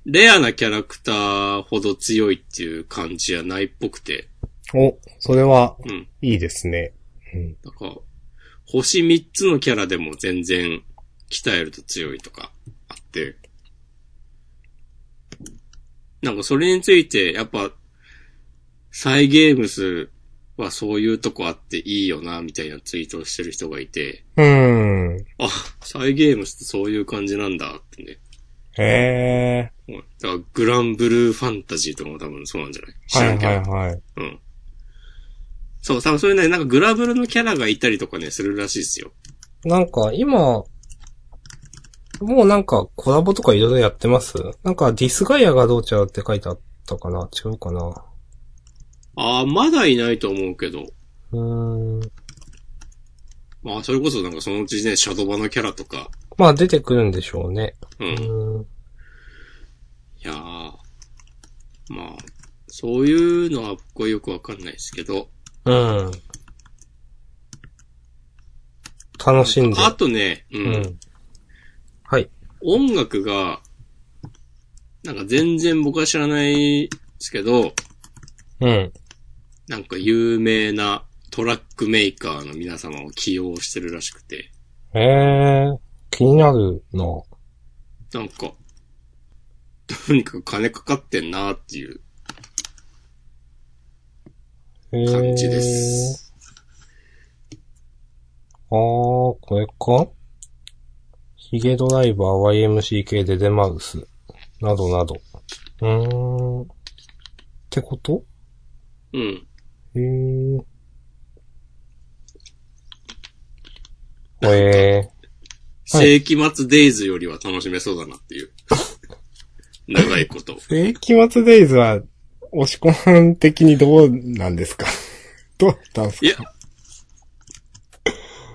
B: レアなキャラクターほど強いっていう感じじゃないっぽくて、
A: お、それは
B: うん。
A: いいですね。
B: なんか、星3つのキャラでも全然鍛えると強いとかあって、なんかそれについてやっぱ、サイゲームスはそういうとこあっていいよな、みたいなツイートをしてる人がいて、
A: うーん。
B: あ、サイゲームスってそういう感じなんだってね。
A: へえ。
B: うんだからグランブルーファンタジーとかも多分そうなんじゃない知
A: は
B: らん
A: い
B: けど。
A: はいはい。
B: うん。そう、多分そういうね、なんかグラブルのキャラがいたりとかね、するらしいですよ。
A: なんか今、もうなんかコラボとかいろいろやってますなんかディスガイアがどうちゃうって書いてあったかな違うかな
B: ああ、まだいないと思うけど。
A: うーん。
B: まあ、それこそなんかそのうちね、シャドバのキャラとか。
A: まあ出てくるんでしょうね。
B: うん。
A: う
B: い
A: ーん。
B: やーまあ、そういうのは僕はよくわかんないですけど。
A: うん。楽しんで。
B: あとね、う。
A: うんん。はい。
B: 音楽が、なんか全然僕は知らないですけど、
A: うん。
B: なんか有名なトラックメーカーの皆様を起用してるらしくて、
A: えー、気になるの。
B: なんか、 とにかく金かかってんなっていう
A: えー
B: 感じで。す。
A: あー、これかヒゲドライバー YMCK でデマウス。などなど。うーん。ってこと
B: うん。
A: へー。えはい
B: 世紀末デイズよりは楽しめそうだ なっていう。長いこと。
A: ー。世紀末デイズは、押し込まん的にどうなんですか どうだったんですか
B: いや。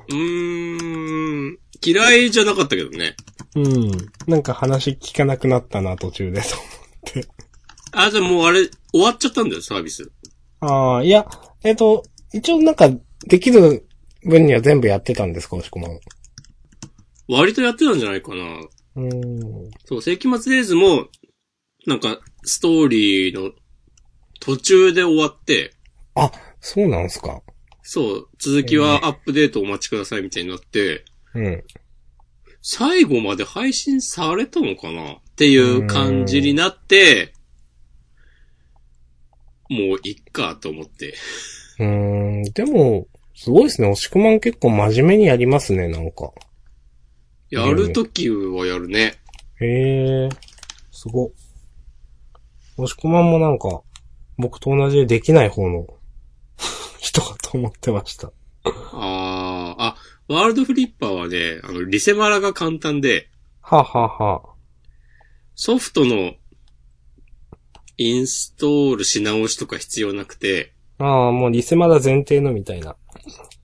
B: うーん。嫌いじゃなかったけどね。
A: うん。なんか話聞かなくなったな、途中で。
B: あ、じゃあもうあれ、終わっちゃったんだよ、サービス。
A: ああ、いや、えっ、と、一応なんか、できる分には全部やってたんですか、押し込まん。
B: 割とやってたんじゃないかな。
A: うん。
B: そう、世紀末デイズも、なんか、ストーリーの途中で終わって、
A: そうなんすか。
B: そう、続きはアップデートお待ちくださいみたいになって、
A: うん。
B: 最後まで配信されたのかなっていう感じになって、もういっかと思って。
A: うーん、でも、すごいですね。押し込まん結構真面目にやりますね、なんか。
B: やるときはやるね。
A: へえ、すご。押し込まんもなんか、僕と同じでできない方の 人かと思ってました。
B: あー、あ、ワールドフリッパーはね、あの、リセマラが簡単で、
A: はあはあはあ。
B: ソフトのインストールし直しとか必要なくて、
A: ああ、もうリセマだ前提のみたいな。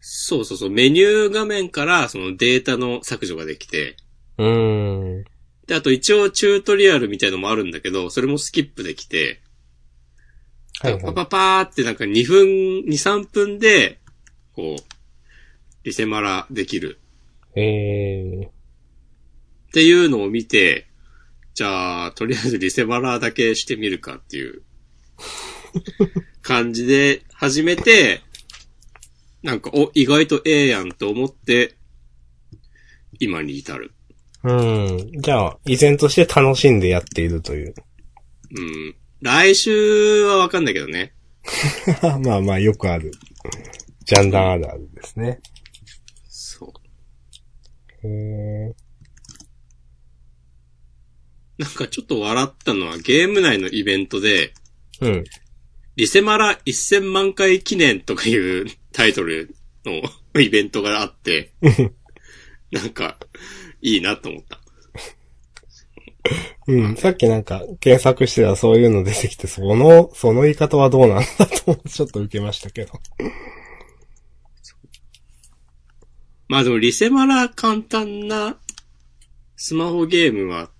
B: そうそうそう、メニュー画面からそのデータの削除ができて、
A: うーん。
B: で、あと一応チュートリアルみたいのもあるんだけど、それもスキップできて、
A: はい、は
B: パ
A: い。
B: パパーってなんか2分、2、3分で、こう、リセマラできる
A: えー。
B: っていうのを見て、じゃあ、とりあえずリセマラだけしてみるかっていう感じで始めて、なんか、お、意外とええやんと思って、今に至る。
A: うん。じゃあ、依然として楽しんでやっているという。
B: うん。来週はわかんないけどね。
A: まあまあ、よくある。ジャンダンあるあるですね。
B: そう。
A: へえ。
B: なんかちょっと笑ったのはゲーム内のイベントで、
A: うん。
B: リセマラ1000万回記念とかいうタイトルのイベントがあって、なんか、いいなと思った。
A: うん。さっきなんか、検索してたらそういうの出てきて、その、その言い方はどうなんだと思って、ちょっと受けましたけど。
B: まあでもリセマラ簡単なスマホゲームは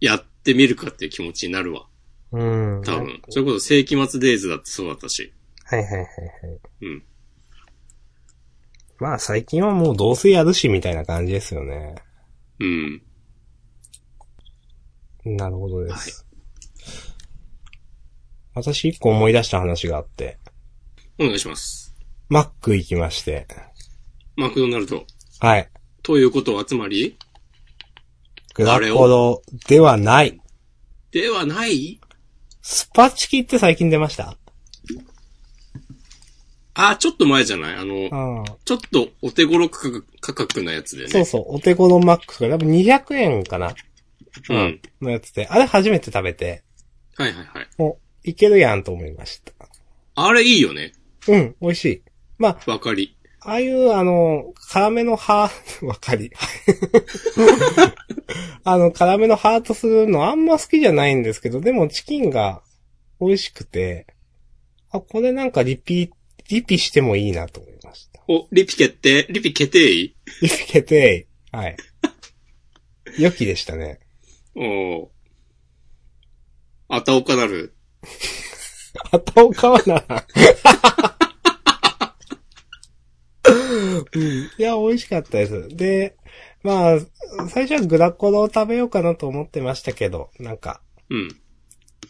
B: やってみるかっていう気持ちになるわ。
A: うん。
B: 多
A: はい
B: 分。それこそ世紀末デイズだってそうだったし。
A: はいはいはい。
B: うん。
A: まあ、最近はもうどうせやるし、みたいな感じですよね。
B: うん。
A: なるほどです。私一個思い出した話があって、
B: お願いします。
A: マック行きまして。
B: マクドナルド。
A: はい。
B: ということはつまり、
A: グラコロではない。
B: ではない
A: スパチキって最近出ました
B: あ、ちょっと前じゃないあの、
A: ああ。
B: ちょっとお手頃価格価格なやつでね。
A: そうそう、お手頃マックスが多分200円かな
B: うん。はい
A: のやつで、あれ初めて食べて、
B: はいはい。
A: お、いけるやんと思いました。
B: あれいいよね。
A: うん、美味しい。まあ、
B: わかり。
A: ああいう、あの、辛めのハー、わかり。 あの、辛めのハートするのあんま好きじゃないんですけど、でもチキンが美味しくて、あ、これなんかリピ、リピしてもいいなと思いました。
B: お、リピ決定リピ決定い
A: リピ決定。はい。良きでしたね。
B: おーあたおかなる。
A: あたおかはな。うん。いや、美味しかったです。で、まあ、最初はグラコロを食べようかなと思ってましたけど、なんか、
B: うん。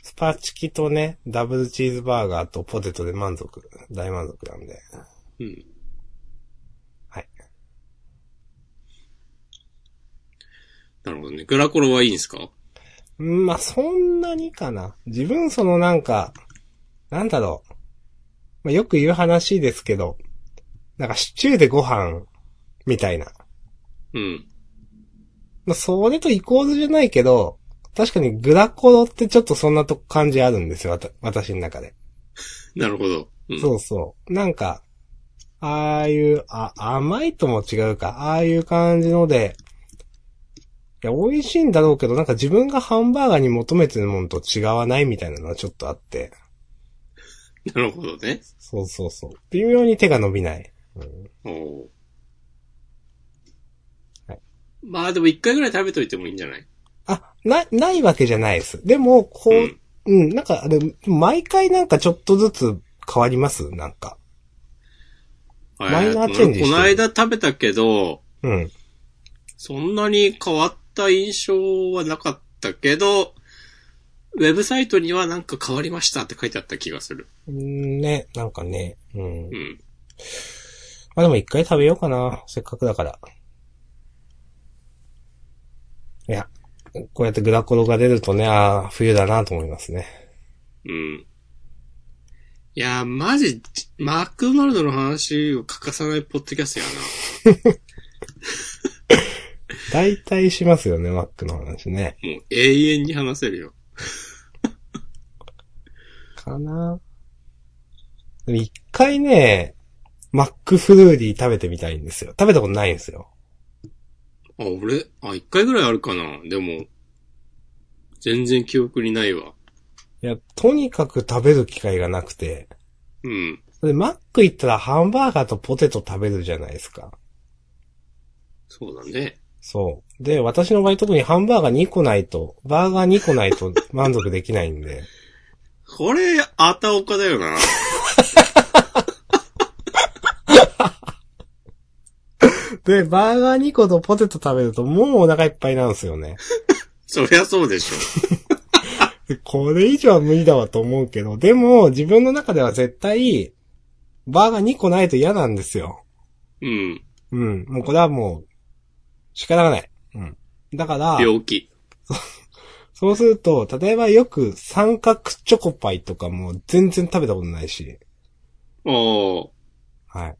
A: スパチキとね、ダブルチーズバーガーとポテトで満足、大満足なんで。
B: うん。
A: はい。
B: なるほどね。グラコロはいいんすか
A: うんまあ、そんなにかな。自分そのなんか、なんだろう。まあ、よく言う話ですけど、なんかシチューでご飯、みたいな。
B: うん。
A: まあ、それとイコールじゃないけど、確かにグラコロってちょっとそんなとこ感じあるんですよ、わた私の中で。
B: なるほど。うん、
A: そうそう。なんか、ああいう、あ、甘いとも違うか。ああいう感じので、いや、美味しいんだろうけど、なんか自分がハンバーガーに求めてるものと違わないみたいなのはちょっとあって。
B: なるほどね。
A: そうそうそう。微妙に手が伸びない。うん
B: おー
A: はい
B: まあでも一回ぐらい食べといてもいいんじゃない
A: あ、な、ないわけじゃないです。でも、こう、
B: うん
A: うん、なんか、でも毎回なんかちょっとずつ変わりますなんか。マイナーチェンジしてる
B: この間食べたけど、
A: うん。
B: そんなに変わった印象はなかったけど、ウェブサイトにはなんか変わりましたって書いてあった気がする。
A: うんね、なんかね。うん
B: う。ん。
A: まあでも一回食べようかな。せっかくだから。いや、こうやってグラコロが出るとね、ああ、冬だなと思いますね。
B: うん。いやー、マジ、マクドナルドの話を欠かさないポッドキャストや
A: 大体しますよね、マックの話ね。
B: な。もう永遠に話せるよ。
A: かな。でも一回ね、マックフルーリー食べてみたいんですよ。食べたことないんですよ。
B: あ、俺、あ、一回ぐらいあるかな。でも、全然記憶にないわ。
A: いや、とにかく食べる機会がなくて。
B: うん。
A: で、マック行ったらハンバーガーとポテト食べるじゃないですか。
B: そうだね。
A: そう。で、私の場合特にハンバーガー2個ないと、バーガー2個ない と満足できないんで。
B: これ、あたおかだよな。
A: で、バーガー2個とポテト食べるともうお腹いっぱいなんですよね。
B: そりゃそうでしょ。
A: でこれ以上は無理だわと思うけど、でも自分の中では絶対、バーガー2個ないと嫌なんですよ。
B: うん。
A: うん。もうこれはもう、仕方がない。うん。だから、
B: 病気。
A: そうすると、例えばよく三角チョコパイとかも全然食べたことないし。
B: おー。
A: はい。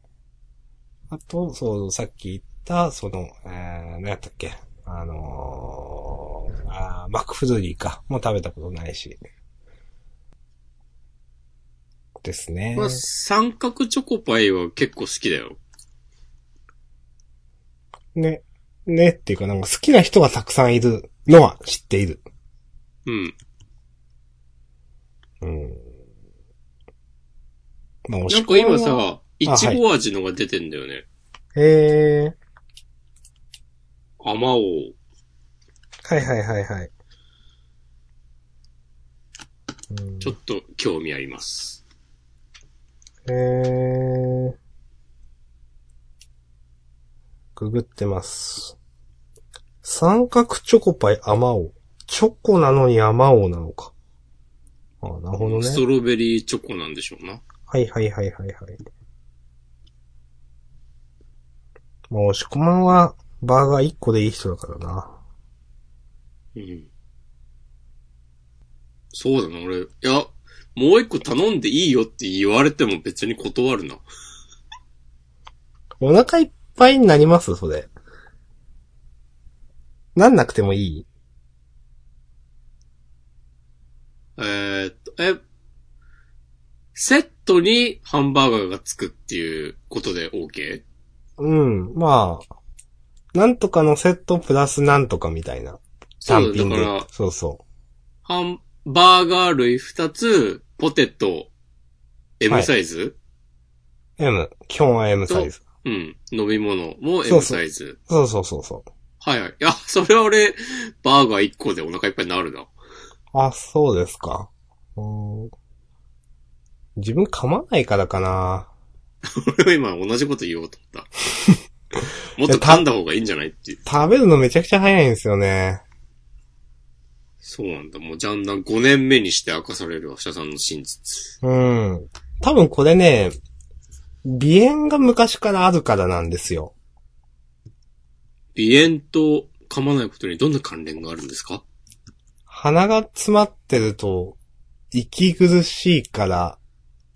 A: あと、そう、さっき言った、その、えー、何やったっけあのー、あーマックフルーリーか。もう食べたことないし。ですね
B: ま。あ、三角チョコパイは結構好きだよ。
A: ね。ねっていうか、なんか好きな人がたくさんいるのは知っている。
B: うん。
A: うん。まあ、お
B: なんか今
A: は、
B: さ、い
A: あ
B: ちご味のが出てんだよね。
A: えー、
B: あまおう。
A: はいはいはいはい。うん
B: ちょっと興味あります。
A: えー、ググってます。三角チョコパイ甘おう。チョコなのに甘おうなのか。あなるほどね
B: ス。トロベリーチョコなんでしょうな。
A: はいはいはいはいはい。もう、押し込まんは、バーガー1個でいい人だからな。
B: うん。そうだな、俺。いや、もう一個頼んでいいよって言われても別に断るな。
A: お腹いっぱいになりますそれ。なんなくてもいい
B: えーっと、え、セットにハンバーガーがつくっていうことで OK?
A: うん、まあ、なんとかのセットプラスなんとかみたいな。
B: そう
A: 単品で
B: だから
A: そうそ
B: ハンバーガー類2つ、ポテト、
A: は
B: M
A: い
B: サイズ、
A: う。M。基本は M サイズ。
B: うん。飲み物
A: そ
B: も M
A: うそう
B: サイズ。
A: そうそうそうそう。
B: はいはい。いや、 それは俺、バーガー1個でお腹いっぱいになるな。
A: あ、そうですか。うーん自分噛まないからかな。
B: 俺は今同じこと言おうと思った。 もっと噛んだ方がいいんじゃないっていう。
A: 食べるのめちゃくちゃ早いんですよね。
B: そうなんだ。もうジャンダン5年目にして明かされる明日さんの真実。
A: うん。多分これね、鼻炎が昔からあるからなんですよ。
B: 鼻炎と噛まないことにどんな関連があるんですか
A: 鼻が詰まってると、息苦しいから、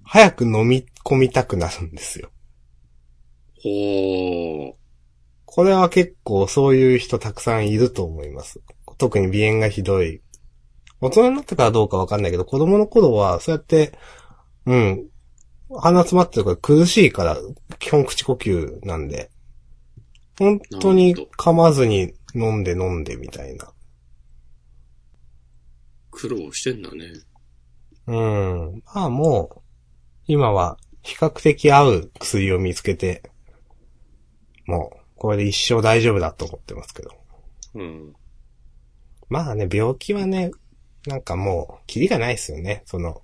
A: 早く飲み込みたくなるんですよ。
B: ほー。
A: これは結構そういう人たくさんいると思います。特に鼻炎がひどい。大人になってからどうかわかんないけど、子供の頃は、そうやって、うん、鼻詰まってるから苦しいから、基本口呼吸なんで、本当に噛まずに飲んで飲んでみたいな。
B: 苦労してんだね。
A: うん。まあもう、今は比較的合う薬を見つけて、もう、これで一生大丈夫だと思ってますけど。
B: うん。
A: まあね、病気はね、なんかもう、キリがないですよね。その、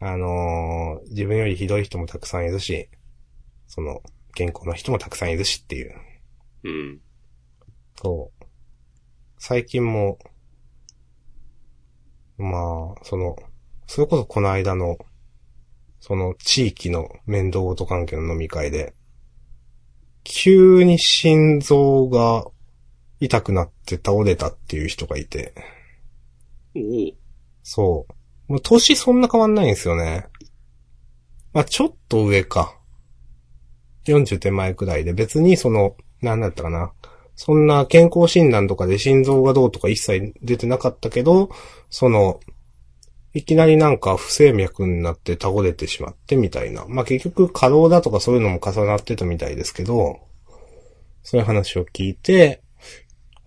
A: あのー自分よりひどい人もたくさんいるし、その、健康な人もたくさんいるしっていう。
B: うん。
A: そう。最近も、まあ、その、それこそこの間の、その地域の面倒事関係の飲み会で、急に心臓が痛くなって倒れたっていう人がいて、
B: おお。
A: そう。もう年そんな変わんないんですよね。まあ、ちょっと上か。40手前くらいで、別にその、なんだったかな。そんな健康診断とかで心臓がどうとか一切出てなかったけど、その、いきなりなんか不整脈になって倒れてしまってみたいな。まあ、結局過労だとかそういうのも重なってたみたいですけど、そういう話を聞いて、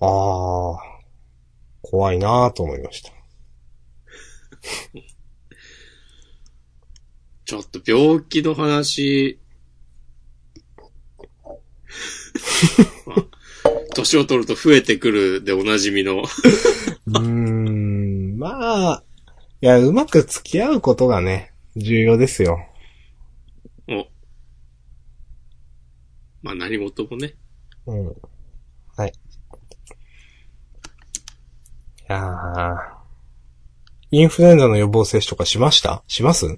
A: ああ、怖いなぁと思いました。
B: ちょっと病気の話。まあ年を取ると増えてくるでおなじみの。
A: うーん、まあ、いや、うまく付き合うことがね、重要ですよ。
B: お。まあ何事もね。
A: うん。はい。いやーインフルエンザの予防接種とかしましたします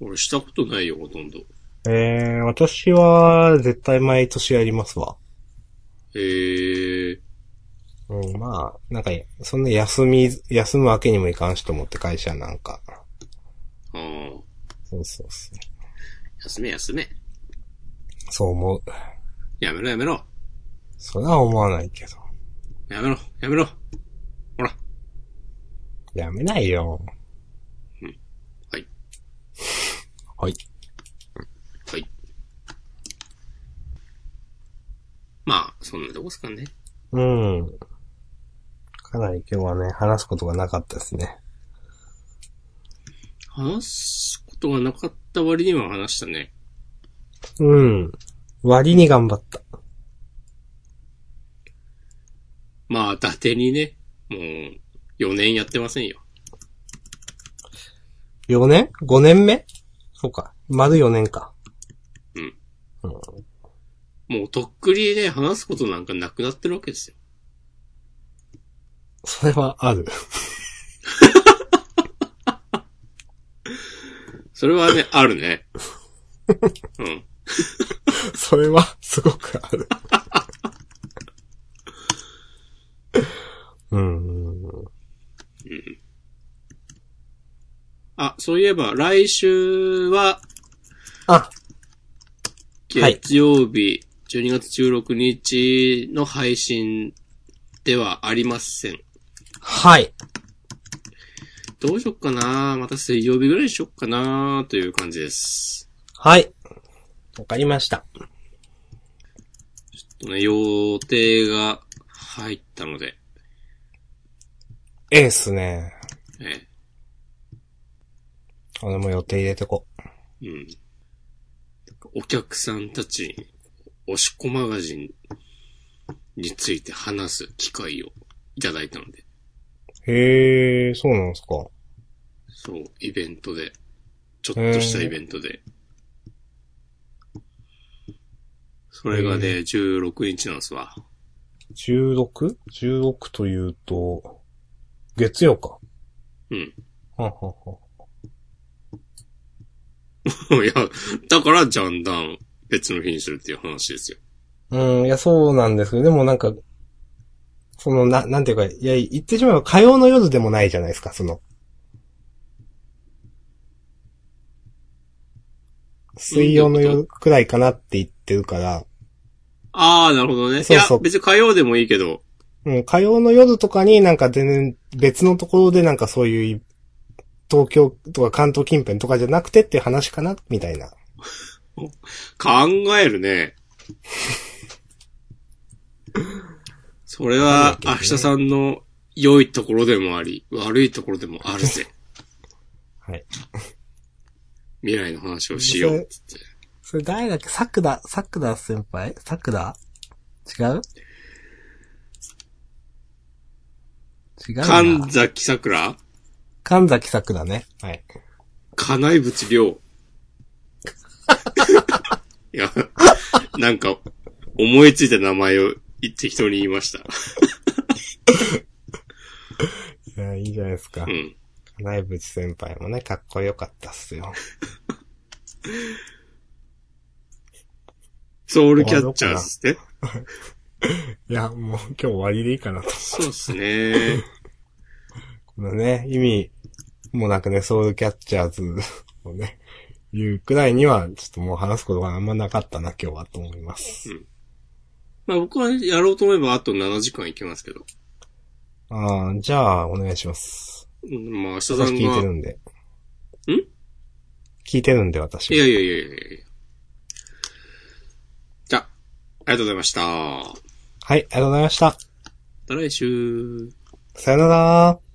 B: 俺したことないよ、ほとんど。
A: えー、私は、絶対毎年やりますわ。
B: ええ
A: うん、まあ、なんか、そんな休み、休むわけにもいかんしと思って会社なんか。
B: ああ。
A: そうそうそう。
B: 休め休め。
A: そう思う。
B: やめろやめろ。
A: それは思わないけど。
B: やめろ、やめろ。ほら。
A: やめないよ。
B: うんはい。
A: はい。
B: はい。まあ、そんなとこっすかね。
A: うん。かなり今日はね、話すことがなかったですね。
B: 話すことがなかった割には話したね。
A: うん。割に頑張った。
B: まあ、伊達にね、もう、4年やってませんよ。
A: 4年 ?5 年目そうか。丸4年か。
B: うん。
A: うん。
B: もう、とっくりね、話すことなんかなくなってるわけですよ。
A: それはある。
B: それはね、あるね。うん。
A: それは、すごく ある。うん。
B: あ、そういえば、来週は、
A: あ、はい
B: 月曜日、12月16日の配信ではありません。
A: はい。
B: どうしよっかなまた水曜日ぐらいにしよっかなという感じです。
A: はい。わかりました。
B: ちょっとね、予定が入ったので、
A: ええっすね。
B: え
A: 俺も予定入れてこう。
B: えうん。お客さんたちに、おしこマガジンについて話す機会をいただいたので、
A: へえ、そうなんですか。
B: そう、イベントで、ちょっとしたイベントで。それがね、16日なんですわ。
A: 16?16 というと、月曜か。
B: うん。
A: はんはんはん
B: いや、だからジャンダン別の日にするっていう話ですよ。
A: うん、いや、そうなんですけど、でもなんか、その、な、なんていうか、いや、言ってしまえば火曜の夜でもないじゃないですか、その。水曜の夜くらいかなって言ってるから、
B: ああ、なるほどね。
A: そうそう
B: いや、別に火曜でもいいけど、
A: うん、火曜の夜とかになんか全然別のところでなんかそういう、東京とか関東近辺とかじゃなくてっていう話かな、みたいな。
B: 考えるね。 それは、明日さんの良いところでもあり、悪いところでもあ るぜ。
A: はい。
B: 未来の話をしようっつって。
A: それ誰だっけ桜、桜先輩桜違う違うな
B: 神。崎桜
A: 神崎桜ね。はい。
B: 金井淵亮。 いや、なんか、思いついた名前を言って人に言いました。
A: いや、いいじゃないですか
B: う。ん。
A: 金井淵先輩もね、かっこよかったっすよ。
B: ソウルキャッチャーズって。
A: いや、もう今日終わりでいいかなと。
B: そうっす ね。
A: このね、意味もなくね、ソウルキャッチャーズをね、言うくらいには、ちょっともう話すことがあんまなかったな、今日はと思います。
B: まあ僕はやろうと思えばあと7時間いけますけど。
A: ああ、じゃあ、お願いします。
B: うんまあ明日さん
A: 私聞いてる
B: が。
A: んで。
B: ん
A: 聞いてるんで、私。
B: いやいやいやいやいやじゃあ、ありがとうございました。ま
A: はい、ありがとうございました。
B: た来週。
A: さよなら。